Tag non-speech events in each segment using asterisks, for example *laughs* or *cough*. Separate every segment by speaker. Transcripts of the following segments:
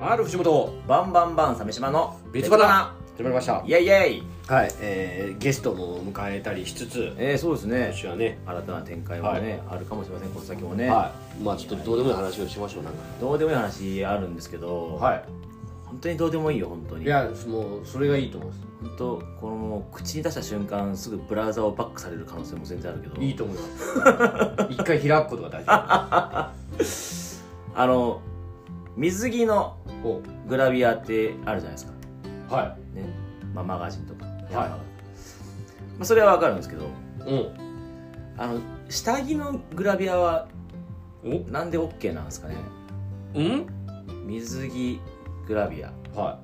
Speaker 1: R 藤本
Speaker 2: バンバンバン鮫島の
Speaker 1: 別バナ
Speaker 3: 始まりました
Speaker 2: イェイイェイ
Speaker 3: はい、えー、ゲストも迎えたりしつつ
Speaker 2: えー、そうですね
Speaker 3: 今週はね
Speaker 2: 新たな展開もね、あるかもしれませんこの先もね、
Speaker 3: はいまあちょっとどうでもいい話をしましょうなんか
Speaker 2: どうでもいい話あるんですけど、
Speaker 3: は
Speaker 2: 本当にどうでもいいよ本当に
Speaker 3: いやもうそれがいいと思いま
Speaker 2: 本当この口に出した瞬間すぐブラウザをバックされる可能性も全然あるけど
Speaker 3: すいいと思い *laughs* ます一回開くことが大 *laughs* 事
Speaker 2: あの水着の
Speaker 3: お
Speaker 2: グラビアってあるじゃないですか
Speaker 3: は
Speaker 2: ね、まあ、マガジンとか、
Speaker 3: い
Speaker 2: まあ、それはわかるんですけど
Speaker 3: いうん
Speaker 2: あの下着のグラビアは
Speaker 3: お
Speaker 2: なんで OK なんですかね
Speaker 3: うん
Speaker 2: 水着グラビア
Speaker 3: は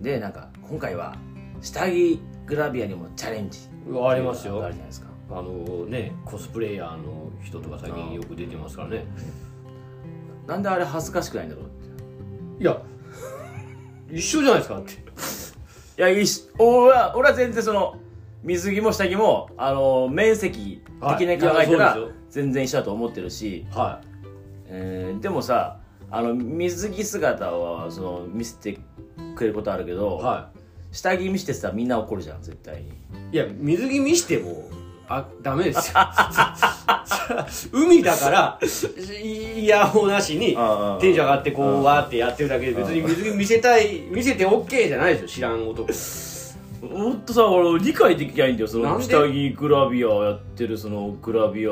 Speaker 2: でなんか今回は下着グラビアにもチャレンジ
Speaker 3: いありますよ
Speaker 2: あ
Speaker 3: あ
Speaker 2: るじゃないですか
Speaker 3: のねコスプレイヤーの人とか最近よく出てますからね
Speaker 2: なんであれ恥ずかしくないんだろうって
Speaker 3: いや *laughs* 一緒じゃないですかって
Speaker 2: いやいいし俺は俺は全然その水着も下着もあの面積的に考
Speaker 3: は
Speaker 2: え
Speaker 3: いい
Speaker 2: た
Speaker 3: や
Speaker 2: ら
Speaker 3: そうです
Speaker 2: 全然一緒だと思ってるし、
Speaker 3: は
Speaker 2: えーでもさあの水着姿はその見せてくれることあるけど、
Speaker 3: いは
Speaker 2: 下着見せてさみんな怒るじゃん絶対に
Speaker 3: いいや水着見してもあダメですよ海だからイヤホンなしに
Speaker 2: ああ
Speaker 3: テンション上がってこ
Speaker 2: うん
Speaker 3: うわーってやってるだけで別に水着見せたい見せて OK じゃないですよ知らん *laughs* 男
Speaker 2: ほんとさ俺理解できないんだよそ
Speaker 3: なん
Speaker 2: の
Speaker 3: で
Speaker 2: 下着グラビアやってるそのグラビア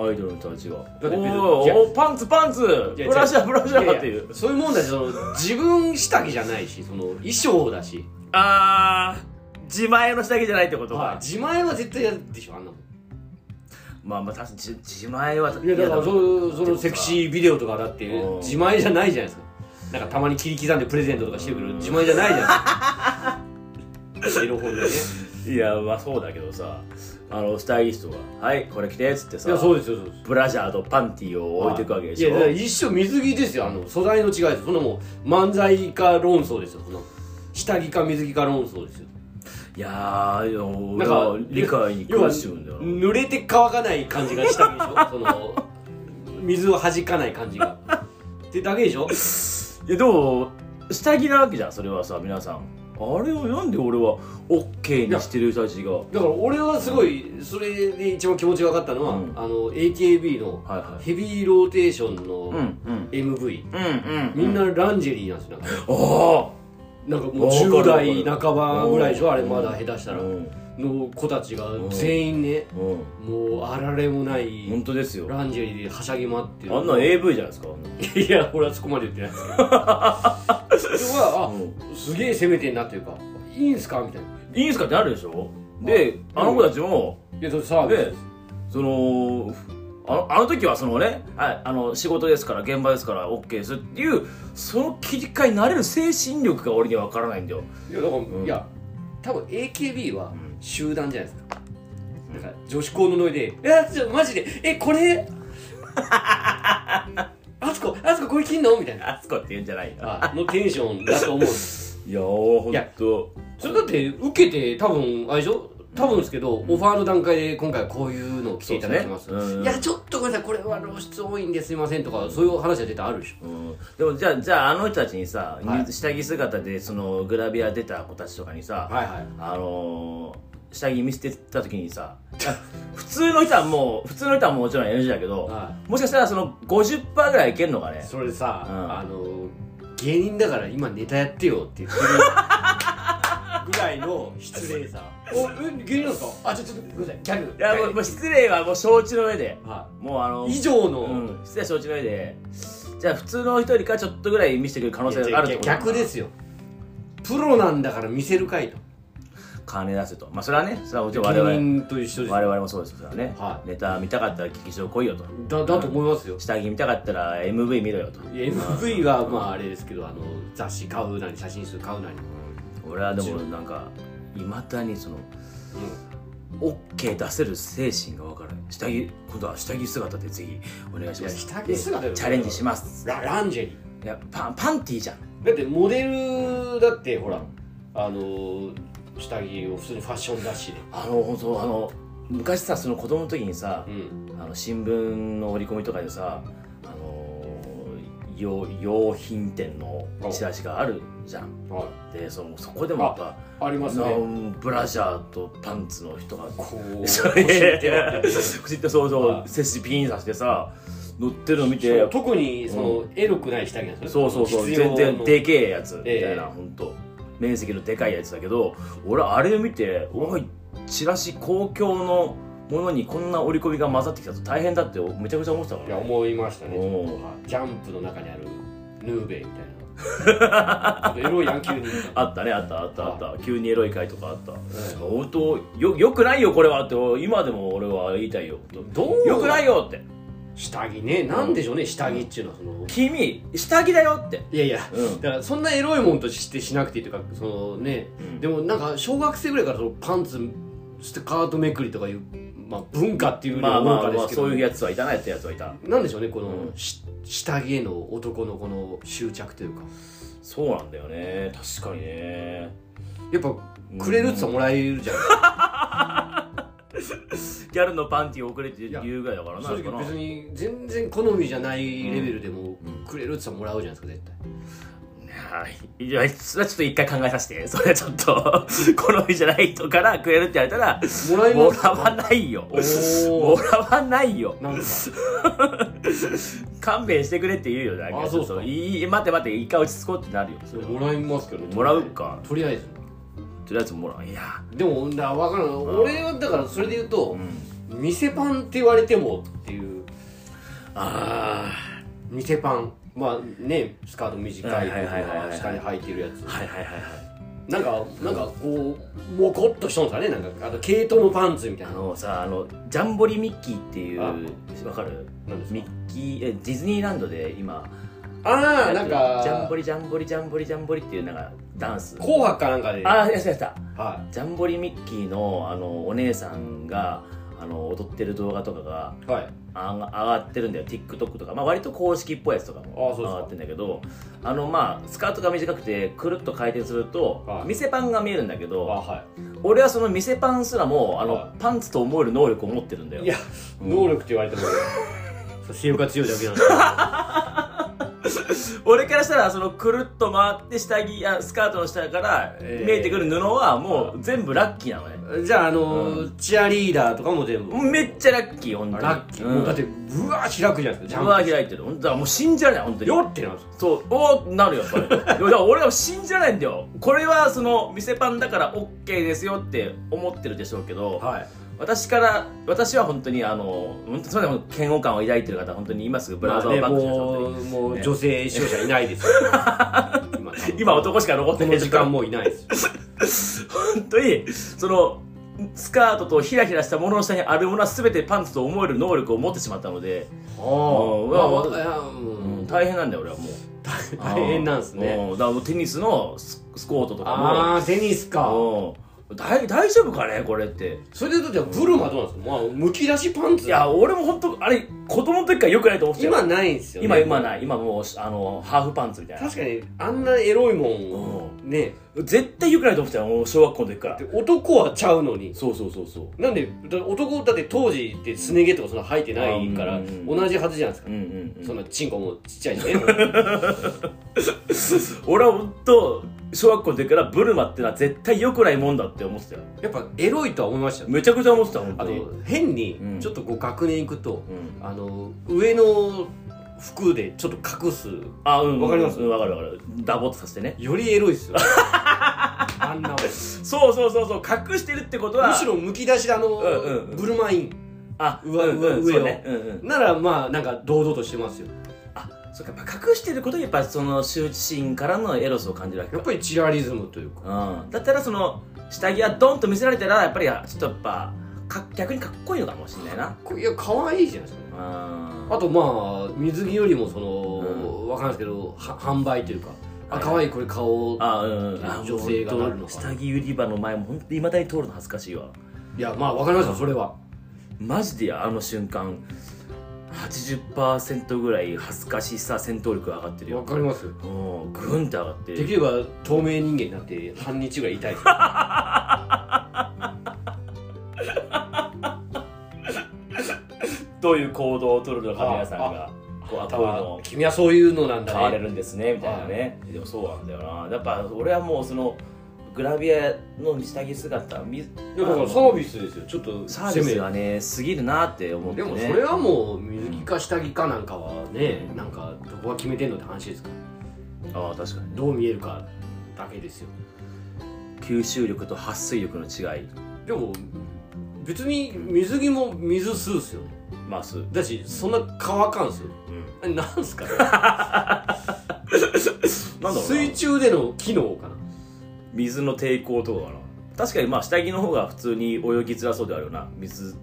Speaker 2: アイドルたちが「
Speaker 3: だって別に
Speaker 2: お
Speaker 3: いや
Speaker 2: いおパンツパンツ
Speaker 3: いや
Speaker 2: ブラシャブラシャ
Speaker 3: いやい」や
Speaker 2: っていう
Speaker 3: そういうもんだしその自分下着じゃないしその衣装だし、
Speaker 2: あー自前の下着じゃないってことか、
Speaker 3: はい、自前は絶対やるでしょあんなもん
Speaker 2: まあまあ確かに自自前はい
Speaker 3: やだから
Speaker 2: 嫌
Speaker 3: そそのセクシービデオとかだって
Speaker 2: うん
Speaker 3: 自前じゃないじゃないですかなんかたまに切り刻んでプレゼントとかしてくる自前じゃないじゃないですかエロ本でね
Speaker 2: いやまあそうだけどさあのスタイリストが「はいこれ着て」っつって
Speaker 3: い
Speaker 2: さ
Speaker 3: やそうですよそうです
Speaker 2: ブラジャーとパンティーを置いていくわけでしょ、
Speaker 3: いやだから一緒水着ですよあの素材の違いですそのもう漫才か論争ですよその下着か水着か論争ですよ
Speaker 2: いやーい
Speaker 3: なん
Speaker 2: やか
Speaker 3: か
Speaker 2: 理解に苦しむんだよ
Speaker 3: 濡れて乾かない感じがしたでしょその水を弾かない感じがってだけでしょ
Speaker 2: いやでも下着なわけじゃんそれはさ皆さんあれをなんで俺はオッケーにしてる人たちが
Speaker 3: だから俺はすごいそれで一番気持ちが分かったのは、
Speaker 2: うん
Speaker 3: あの AKB の
Speaker 2: はいはい
Speaker 3: ヘビーローテーション
Speaker 2: うん
Speaker 3: の
Speaker 2: うん
Speaker 3: MV、
Speaker 2: うんうん
Speaker 3: みんなランジェリーなんですよなんか
Speaker 2: ああ
Speaker 3: なんかもう
Speaker 2: わかるわ
Speaker 3: 10
Speaker 2: かる
Speaker 3: 代半ばぐらいでしょあれまだ下手した
Speaker 2: う
Speaker 3: ら
Speaker 2: ん
Speaker 3: の子たちが全員ね
Speaker 2: うん
Speaker 3: もうあられもない
Speaker 2: 本当ですよ
Speaker 3: ランジェリーではしゃぎ回ってる
Speaker 2: あんな AV じゃないですか
Speaker 3: いや俺はそこまで言ってないですけどそれ
Speaker 2: あ
Speaker 3: は
Speaker 2: の
Speaker 3: あすげえ攻めてんなっていうかいいんすかみたいない
Speaker 2: いんすかってなるでしょであの子たちも
Speaker 3: いやそれサービス
Speaker 2: でそのあのあの時はそのねはいあの仕事ですから現場ですから OK ですっていうその切り替えになれる精神力が俺には分からないんだよ
Speaker 3: いやだから、
Speaker 2: ん
Speaker 3: いや多分 AKB は
Speaker 2: ん
Speaker 3: 集団じゃないですか、なんか女子校のノリで「いやちょマジでえこ
Speaker 2: *laughs*
Speaker 3: れあつこあつここれ切んの?」みたいな
Speaker 2: あそこって言うんじゃないよ
Speaker 3: あのテンションだと思うんです
Speaker 2: いやーほんと
Speaker 3: それだって受けて多分あれでしょ多分ですけど、オファーの段階で今回はこういうのを来ていただきます
Speaker 2: そうですねうん
Speaker 3: いやちょっとごめんなさいこれは露出多いんですいませんとかそういう話は出てあるでしょ
Speaker 2: うんでもじゃあじゃああの人たちにさ、
Speaker 3: はい
Speaker 2: 水下着姿でそのグラビア出た子たちとかにさ、
Speaker 3: はいはい
Speaker 2: あのー、下着見捨てた時にさ普通の人はもう普通の人はもちろん NG だけど、
Speaker 3: は
Speaker 2: もしかしたらその50%ぐらいいけるのかね
Speaker 3: それさ、
Speaker 2: うん
Speaker 3: あの芸人だから今ネタやってよって言ってるぐらいの失礼さ *laughs* おえ芸人なんですかあちょちょっとごめんなさいギャグ
Speaker 2: いやもうもう失礼はもう承知の上で
Speaker 3: は
Speaker 2: もうあの
Speaker 3: い以上の、
Speaker 2: うん、失礼は承知の上でじゃあ普通の人よりかちょっとぐらい見せてくる可能性
Speaker 3: い
Speaker 2: が
Speaker 3: や
Speaker 2: あるってこと
Speaker 3: 逆ですよプロなんだから見せるかいと
Speaker 2: 金出せとまあそれはねそれはもちろん我
Speaker 3: 芸
Speaker 2: 々
Speaker 3: 人と一緒です
Speaker 2: 我々もそうですよそれはね、
Speaker 3: はい
Speaker 2: ネタ見たかったら劇場来いよと
Speaker 3: だだと思いますよ
Speaker 2: 下着見たかったら MV 見ろよと
Speaker 3: いや MV はまああれですけどあの雑誌買うなり写真集買うなり、
Speaker 2: 俺はでもなんかいまだにその OK 出せる精神が分からない下着今度は下着姿でぜひお願いします
Speaker 3: いや下着姿
Speaker 2: でチャレンジします
Speaker 3: ラランジェリー
Speaker 2: いやパンパンティーじゃん
Speaker 3: だってモデルだってほらあのー下着を普通にファッション雑誌で
Speaker 2: あの本当あの昔さその子供の時にさ
Speaker 3: う、ん
Speaker 2: あの新聞の折り込みとかでさあのー用用品店のチラシがあるじゃん
Speaker 3: はい
Speaker 2: でそのそこでもやっぱ
Speaker 3: あります
Speaker 2: な
Speaker 3: ね
Speaker 2: んブラジャーとパンツの人が
Speaker 3: こう
Speaker 2: *laughs* それ
Speaker 3: 手を当てて
Speaker 2: 口ってそうそ
Speaker 3: は
Speaker 2: う背筋ピーンさせてさ乗ってるの見
Speaker 3: そ
Speaker 2: て
Speaker 3: う特にその、エロくない下着なんです
Speaker 2: そうそうそう
Speaker 3: 必要
Speaker 2: 全
Speaker 3: の
Speaker 2: 然でけえやつみた
Speaker 3: ええ
Speaker 2: いな本当面積のでかいやつだけど俺あれを見ておいチラシ公共のものにこんな折り込みが混ざってきたと大変だってめちゃくちゃ思ってたか
Speaker 3: いや
Speaker 2: らね
Speaker 3: 思いましたねちょっと
Speaker 2: おう
Speaker 3: はいジャンプの中にあるヌーベイみたいなちょっとエロい野球にみたいな
Speaker 2: *laughs* あったねあったあったあった急にエロい回とかあった
Speaker 3: え
Speaker 2: 本当よよくないよこれはって今でも俺は言いたいよ
Speaker 3: どう
Speaker 2: よくないよって
Speaker 3: 下着ねなんでしょうね下着っていうのはその
Speaker 2: 君下着だよって
Speaker 3: いやいや
Speaker 2: うん
Speaker 3: だからそんなエロいもんとしてしなくていいというかそのね
Speaker 2: うん
Speaker 3: でもなんか小学生ぐらいからそのパンツステカートめくりとかいう、まあ、文化っていうより
Speaker 2: まあ
Speaker 3: は
Speaker 2: ま
Speaker 3: 文
Speaker 2: あ
Speaker 3: 化で
Speaker 2: まあ
Speaker 3: すけど、
Speaker 2: そういうやつはいたなやったやつはいた
Speaker 3: なんでしょうねこの、
Speaker 2: う
Speaker 3: し下着への男のこの執着というか
Speaker 2: そうなんだよね確かにね
Speaker 3: やっぱくれるってもらえるじゃん、
Speaker 2: ギャルのパンティー遅れって
Speaker 3: いや
Speaker 2: 言うぐらいだからな
Speaker 3: 正
Speaker 2: か
Speaker 3: 直
Speaker 2: な
Speaker 3: 別に全然好みじゃないレベルでもくれるってもらうじゃないですか絶対
Speaker 2: はいいやそれはちょっと一回考えさせてそれはちょっと *laughs* 好みじゃない人から食えるって言われたら
Speaker 3: もらい
Speaker 2: も
Speaker 3: ます
Speaker 2: らわないよ
Speaker 3: おー
Speaker 2: もらわないよ
Speaker 3: なんか
Speaker 2: 勘弁してくれって言うよだけど
Speaker 3: あそうっすか
Speaker 2: いい待って待って一回落ち着こうってなるよそれは
Speaker 3: もらいますけどね
Speaker 2: もらうか
Speaker 3: とりあえず
Speaker 2: とりあえずもらういや
Speaker 3: でもだ分からん俺はだからそれで言うと
Speaker 2: う、ん
Speaker 3: 店パンって言われてもっていう
Speaker 2: あ
Speaker 3: 店パンまあねスカート短いと
Speaker 2: はいはいはいはいは
Speaker 3: か
Speaker 2: い
Speaker 3: 下に履いてるやつ
Speaker 2: あはいはいはいはい
Speaker 3: なんかなんかこうモコっとしたんですかねなんかあと系統のパンツみたい
Speaker 2: あ
Speaker 3: な
Speaker 2: のさあのジャンボリミッキーっていう
Speaker 3: あ
Speaker 2: わかる
Speaker 3: なんですか
Speaker 2: ミッキーえディズニーランドで今
Speaker 3: ああなんか
Speaker 2: ジャンボリジャンボリジャンボリジャンボリっていうなんかダンス
Speaker 3: 紅白かなんかで
Speaker 2: ああやったやった
Speaker 3: は
Speaker 2: ジャンボリミッキーのあのお姉さんがあの踊ってる動画とかが
Speaker 3: いはい
Speaker 2: あ上がってるんだよ TikTok とか、まあ、割と公式っぽいやつとか
Speaker 3: あ
Speaker 2: も
Speaker 3: ーそうです
Speaker 2: 上
Speaker 3: か
Speaker 2: がってるんだけどあのまあスカートが短くてくるっと回転すると、
Speaker 3: はい
Speaker 2: 店パンが見えるんだけ
Speaker 3: あ
Speaker 2: ど
Speaker 3: は
Speaker 2: 俺はその店パンすらもあの、
Speaker 3: はい
Speaker 2: パンツと思える能力を持ってるんだよ
Speaker 3: いや能力って言われて *laughs* もそう性欲が強いだけなんで
Speaker 2: 俺からしたらそのくるっと回って下着やスカートの下から見
Speaker 3: えー
Speaker 2: えてくる布はもう全部ラッキーなのね
Speaker 3: じゃああのーチアリーダーとかも全部
Speaker 2: めっちゃラッキー本当に
Speaker 3: ラッキー、
Speaker 2: うん
Speaker 3: もうだってブワー開くじゃないですか
Speaker 2: うわ
Speaker 3: ジャン
Speaker 2: 開いてる本当だからもう信じられない本当
Speaker 3: プ
Speaker 2: に
Speaker 3: よってなんですよ
Speaker 2: そうおーってなるよやっぱりいやだから俺は信じられないんだよこれはその店パンだから OK ですよって思ってるでしょうけど、
Speaker 3: はい
Speaker 2: 私から私は本当にあの本当にそれでも嫌悪感を抱いてる方本当に今すぐブラウザーをバックしてください
Speaker 3: もうもう
Speaker 2: ね
Speaker 3: 女性視聴者いない *laughs* ですよ今
Speaker 2: 今男しか残って
Speaker 3: こ
Speaker 2: ない
Speaker 3: の時間もういないですよ
Speaker 2: 本当にそのスカートとヒラヒラしたものの下にあるものは全てパンツと思える能力を持ってしまったので、
Speaker 3: あ
Speaker 2: まあ
Speaker 3: まあいやうん
Speaker 2: 大変なんだよ俺はもう
Speaker 3: 大変なんですね
Speaker 2: うんだからもうテニスのススコートとか
Speaker 3: ああテニスか
Speaker 2: もうん大大丈夫かねこれって
Speaker 3: それでだってブルマどうなんですかまあむき出しパンツ
Speaker 2: いや俺も本当あれ子供の時から良くないと思ってたよ
Speaker 3: 今ないんですよね
Speaker 2: 今今ない今もうあのハーフパンツみたいな
Speaker 3: 確かにあんなエロいもんね
Speaker 2: 絶対良くないと思ってたよもう小学校の時から
Speaker 3: で男はちゃうのに
Speaker 2: そうそうそうそう
Speaker 3: なんでだ男だって当時ってすね毛とかそんな生えてないから
Speaker 2: うん
Speaker 3: 同じはずじゃないですか
Speaker 2: うんうん、うん、
Speaker 3: そんなチンコもちっちゃいしね
Speaker 2: 俺は本当小学校の時からブルマってのは絶対良くないもんだって思ってたよ
Speaker 3: *laughs* やっぱエロいとは思いましたよ
Speaker 2: めちゃくちゃ思ってた本当
Speaker 3: あ
Speaker 2: に
Speaker 3: と変に
Speaker 2: うん
Speaker 3: ちょっとこう学年行くと
Speaker 2: うん
Speaker 3: あの上の服でちょっと隠す
Speaker 2: あうん
Speaker 3: わかります
Speaker 2: うんわかるわかるダボっとさせてね
Speaker 3: よりエロいっ *laughs* すよあんなもん
Speaker 2: そうそうそうそう隠してるってことは
Speaker 3: むしろむき出しであの、
Speaker 2: うんうんうん
Speaker 3: ブルマイン
Speaker 2: あ
Speaker 3: うわ
Speaker 2: んん
Speaker 3: うわ
Speaker 2: そうねうんうん
Speaker 3: ならまあなんか堂々としてますよ
Speaker 2: あそうかやっぱ隠してることにやっぱその羞恥心からのエロスを感じるわけ
Speaker 3: やっ
Speaker 2: か
Speaker 3: ぱりチラリズムというか
Speaker 2: うんだったらその下着はドンと見せられたらやっぱりちょっとやっぱか逆にかっこいいのかもしれないな
Speaker 3: こいや可愛いじゃないですか
Speaker 2: うん
Speaker 3: あとまあ水着よりもその、わかんないですけどは販売というかあ
Speaker 2: はい
Speaker 3: 可愛いこれ顔
Speaker 2: あうんうんあ
Speaker 3: 女性がなるのか
Speaker 2: 下着売り場の前も本当いまだに通るの恥ずかしいわ
Speaker 3: いやまあわかりますよそれは
Speaker 2: マジであの瞬間80%ぐらい恥ずかしさ戦闘力が上がってる
Speaker 3: わ
Speaker 2: よ
Speaker 3: かりますよ
Speaker 2: うんグンって上がって
Speaker 3: で
Speaker 2: る
Speaker 3: きれば透明人間になって半日ぐらいいたいです
Speaker 2: *laughs* どういう行動を取るのか皆さんがこうあこういうの
Speaker 3: あ君はそういうのなんだ
Speaker 2: 変
Speaker 3: ね
Speaker 2: われるんですねみたいなね、でもそうなんだよなやっぱ俺はもうそのグラビアの下着姿み
Speaker 3: いやだからサービスですよちょっと
Speaker 2: サービス
Speaker 3: 攻
Speaker 2: がね過ぎるなって思っ
Speaker 3: め
Speaker 2: て
Speaker 3: で
Speaker 2: ね
Speaker 3: もそれはもう水着か下着かなんかはね、なんかどこが決めてんのって話ですから
Speaker 2: ああ確かに
Speaker 3: どう見えるかだけですよ
Speaker 2: 吸収力と撥水力の違い
Speaker 3: でも別に水着も水吸うっすよ
Speaker 2: まあす、うん、
Speaker 3: だしそんな乾かんっすよえ *laughs* なんすかね
Speaker 2: なんだろうな
Speaker 3: 水中での機能かな
Speaker 2: 水の抵抗とかかな確かにまあ下着の方が普通に泳ぎづらそうではあるよな水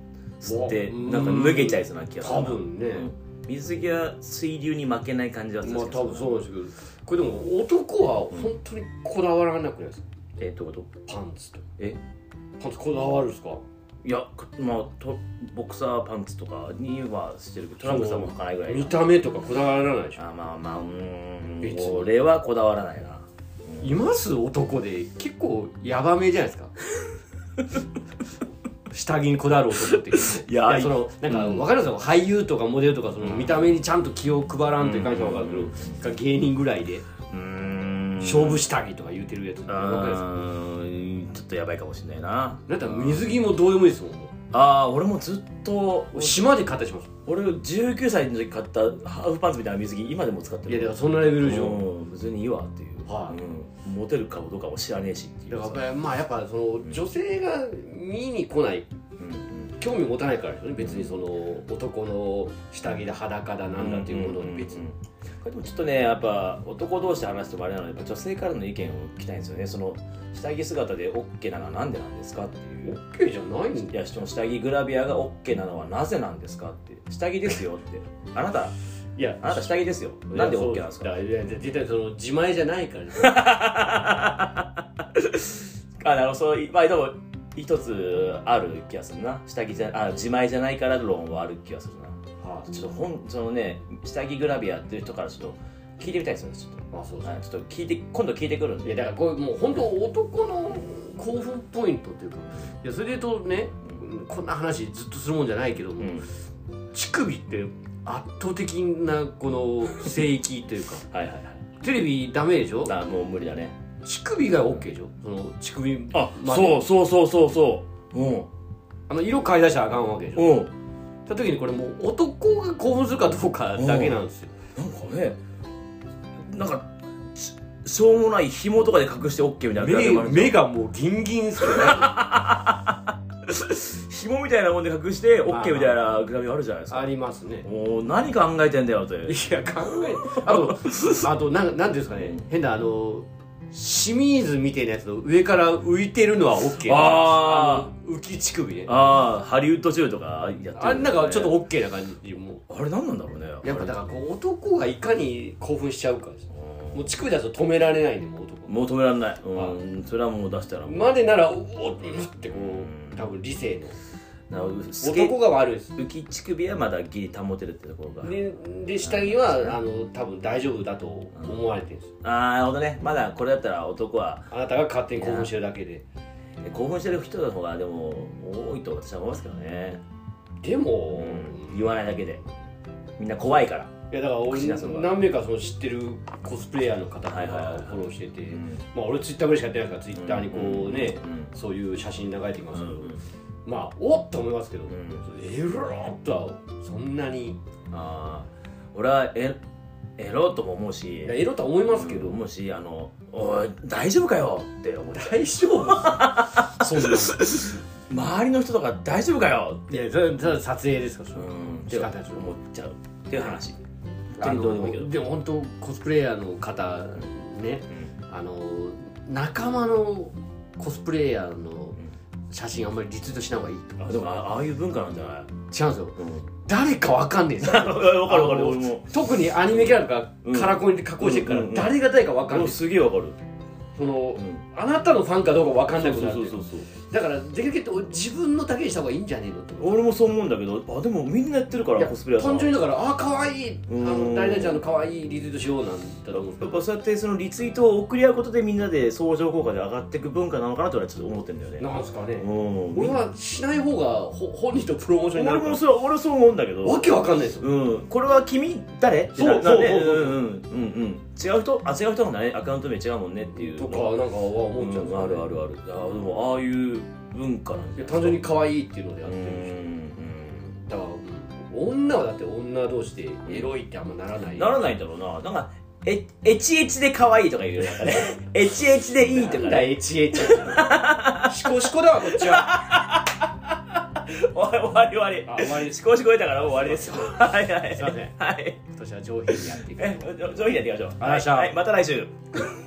Speaker 2: 吸って
Speaker 3: お
Speaker 2: なんか脱げちゃいそうな気がする
Speaker 3: 多分ね、
Speaker 2: うん水着は水流に負けない感じは確
Speaker 3: まあ
Speaker 2: かに
Speaker 3: 多分そうなんですけどこれでも男は本当にこだわらなくないですか
Speaker 2: えどういうこと
Speaker 3: パンツと
Speaker 2: え
Speaker 3: パンツこだわるんですか
Speaker 2: いやくまあとボクサーパンツとかにはしてるけどトランプさんも履かないぐらいな
Speaker 3: 見た目とかこだわらないでしょ
Speaker 2: あまあまあう
Speaker 3: 別
Speaker 2: ー
Speaker 3: に
Speaker 2: ん俺はこだわらないない
Speaker 3: ます男で結構ヤバめじゃないですか *laughs* 下着にこだわる男って
Speaker 2: いや
Speaker 3: そのなんか
Speaker 2: うん
Speaker 3: 分かりますよ俳優とかモデルとかその見た目にちゃんと気を配らんという感じは分か
Speaker 2: う
Speaker 3: るけど芸人ぐらいで
Speaker 2: うーん
Speaker 3: 勝負下着とか言うてるやつ
Speaker 2: う
Speaker 3: わかりま
Speaker 2: ーんちょっとやばいかもしれないな
Speaker 3: すなんか水着もどうでもいいですもんも
Speaker 2: あー俺もずっと
Speaker 3: う島で買ったりします
Speaker 2: 俺19歳の時買ったハーフパンツみたいな水着今でも使って
Speaker 3: い
Speaker 2: る
Speaker 3: やだからそんなレベルでしょ
Speaker 2: うん別にいいわっていう、
Speaker 3: はい
Speaker 2: うんモテるかどうかも知らねえしってい
Speaker 3: だ
Speaker 2: う
Speaker 3: からやっぱりまあやっぱその女性が見に来ない
Speaker 2: うん
Speaker 3: 興味持たないからですよね別にその男の下着だ裸だなんだっていうものに別に
Speaker 2: んこれでもちょっとねやっぱ男同士で話してもあれなのでやっぱ女性からの意見を聞きたいんですよねその下着姿で OK なのはなんでなんですかってい
Speaker 3: オ
Speaker 2: う
Speaker 3: ッケーじゃないん
Speaker 2: い
Speaker 3: だよ
Speaker 2: やその下着グラビアが OK なのはなぜなんですかって下着ですよってあなた
Speaker 3: いや
Speaker 2: あなた下着ですよなんで OK なんですか
Speaker 3: いや絶対その自前じゃない *laughs* からですよ
Speaker 2: あのそういまあでも一つある気がするな下着じゃあ自前じゃないから論はある気がするな
Speaker 3: はい
Speaker 2: ちょっと本そのね下着グラビアっていう人からちょっと聞いてみたいですよねちょっ
Speaker 3: まあそう
Speaker 2: と
Speaker 3: そ
Speaker 2: はいちょっと聞いて今度聞いてくるん
Speaker 3: うい
Speaker 2: で
Speaker 3: やだからこれもう本当男の興奮ポイントっていうかいやそれで言うとねこんな話ずっとするもんじゃないけど
Speaker 2: う
Speaker 3: も、
Speaker 2: ん
Speaker 3: 乳首って圧倒的なこの聖域というか *laughs*
Speaker 2: はいはいはい
Speaker 3: テレビダメでしょ
Speaker 2: あもう無理だね
Speaker 3: 乳首が OK でしょその乳首
Speaker 2: あ
Speaker 3: まで
Speaker 2: そうそうそうそうそううん
Speaker 3: あの色変え出したらあかんわけでしょ
Speaker 2: うん
Speaker 3: た時にこれもう男が興奮するかどうかだけなんですよ
Speaker 2: なんかねなんかししょうもない紐とかで隠して OK みたいな
Speaker 3: 目
Speaker 2: もある
Speaker 3: 目がもうギンギンする
Speaker 2: *laughs* 紐みたいなもんで隠して OK みたいなグラビアあるじゃないですか
Speaker 3: ありますね
Speaker 2: もう何考えてんだよって
Speaker 3: いや考えあと *laughs* あとなんなんていうんですかね変なあの清水みたいなやつの上から浮いてるのは OK あ
Speaker 2: あ
Speaker 3: の浮き乳首ねあ
Speaker 2: ああハリウッド中とかやってるだよね
Speaker 3: れなんかちょっと OK な感じも
Speaker 2: あれ何なんだろうね
Speaker 3: うやっぱだ
Speaker 2: あ
Speaker 3: からこう男がいかに興奮しちゃうかです
Speaker 2: れ
Speaker 3: もう乳首だと止められないんでもう男
Speaker 2: もう止められないうんそれはもう出したらもう
Speaker 3: までならおおっってこう多分理性の
Speaker 2: なすげ
Speaker 3: 男が悪いです
Speaker 2: 浮き乳首はまだギリ保てるってところが
Speaker 3: でで下着はあの多分大丈夫だと思われてるんです
Speaker 2: ああなるほどねまだこれだったら男は
Speaker 3: あなたが勝手に興奮してるだけで
Speaker 2: 興奮してる人の方がでも多いと私は思いますけどね、
Speaker 3: でも、
Speaker 2: うん、言わないだけでみんな怖いから、
Speaker 3: いやだから俺
Speaker 2: 口出すのが
Speaker 3: 何名かその知ってるコスプレイヤーの方とか
Speaker 2: はいはいはい
Speaker 3: フォローしてて、
Speaker 2: ん
Speaker 3: まあ俺ツイッターぐらいしかやってないからツイッターにこうね、
Speaker 2: うん
Speaker 3: そういう写真流れてきます
Speaker 2: う
Speaker 3: けど、
Speaker 2: ん、
Speaker 3: まあおっと思いますけど、
Speaker 2: ん
Speaker 3: エロっとはそんなに
Speaker 2: ああ俺はエエロとも思うし
Speaker 3: いやエロとは思いますけど、
Speaker 2: 思うしあの「おい大丈夫かよ」って思う
Speaker 3: 大丈夫そんなの
Speaker 2: *laughs* 周りの人とか「大丈夫かよ」
Speaker 3: いやそれそれ撮影ですからそれは
Speaker 2: っ
Speaker 3: 仕
Speaker 2: て
Speaker 3: 方ないですよ
Speaker 2: 思っちゃうっていう話
Speaker 3: あ
Speaker 2: 本当にどうで
Speaker 3: の
Speaker 2: もいいけど
Speaker 3: でも本当コスプレイヤーの方ねあの仲間のコスプレイヤーの写真あんまりリツイートしない方がいいと
Speaker 2: あでもあああいう文化なんじゃな
Speaker 3: 違
Speaker 2: い、
Speaker 3: うんですよ
Speaker 2: *laughs* うん、
Speaker 3: 誰かわかんねえんです
Speaker 2: *laughs*
Speaker 3: よ
Speaker 2: 分かる分か
Speaker 3: あ
Speaker 2: る
Speaker 3: の
Speaker 2: 俺も
Speaker 3: 特にアニメキャラとか
Speaker 2: うん
Speaker 3: カラコンで加工してるから
Speaker 2: うんうんうん
Speaker 3: 誰が誰かわかん
Speaker 2: 俺
Speaker 3: ない
Speaker 2: もすげえ分かる、
Speaker 3: その
Speaker 2: うん、
Speaker 3: あなたのファンかどうかわかんない
Speaker 2: そう
Speaker 3: こと
Speaker 2: そ
Speaker 3: になって
Speaker 2: うそう
Speaker 3: る
Speaker 2: そうそう
Speaker 3: だからできるだけ自分のだけにした方がいいんじゃねえのって思う
Speaker 2: 俺もそう思うんだけどあでもみんなやってるか
Speaker 3: い
Speaker 2: ら
Speaker 3: や
Speaker 2: コスプレ屋さん
Speaker 3: 単純
Speaker 2: は
Speaker 3: にだからああかわいいあ
Speaker 2: うーん
Speaker 3: の誰々ちゃんのかわいいリツイートしようなんだと思う
Speaker 2: やっぱそうやってそのリツイートを送り合うことでみんなで相乗効果で上がっていく文化なのかなと俺はちょっと思ってんだよね
Speaker 3: なんすかね
Speaker 2: うん
Speaker 3: 俺はしない方がほ本人とプロモーションになる
Speaker 2: 俺
Speaker 3: から
Speaker 2: もそう俺はそう思うんだけど
Speaker 3: わけわかんないですよ
Speaker 2: うん、これは君誰
Speaker 3: そう
Speaker 2: ってなるね
Speaker 3: そうそうそう
Speaker 2: うんうんうんうん違う人あ違う人なんだねアカウント名違うもんねっていう
Speaker 3: とかなんかは思っちゃうんです
Speaker 2: うん
Speaker 3: よね
Speaker 2: あるあるあるいやでもああいう文化なん
Speaker 3: い
Speaker 2: で
Speaker 3: や単純に可愛いっていうのでや
Speaker 2: う
Speaker 3: っ
Speaker 2: んう
Speaker 3: てるし
Speaker 2: ん
Speaker 3: だから女はだって女同士でエロいってあんまならない
Speaker 2: ならないんだろうななんかえエチエチで可愛いとか言うよなん
Speaker 3: *laughs*
Speaker 2: かねエチエチでいいとか
Speaker 3: なんだ
Speaker 2: ね
Speaker 3: エチエチシコシコだわこっちは *laughs*
Speaker 2: お終わり終わり
Speaker 3: あ終わりです
Speaker 2: しこしこえたからもう終わりですよはいはい
Speaker 3: すいません
Speaker 2: はい
Speaker 3: 今年は上品にやっていく
Speaker 2: え上品にやっていきましょう
Speaker 3: ありがとうございました
Speaker 2: はい、はいまた来週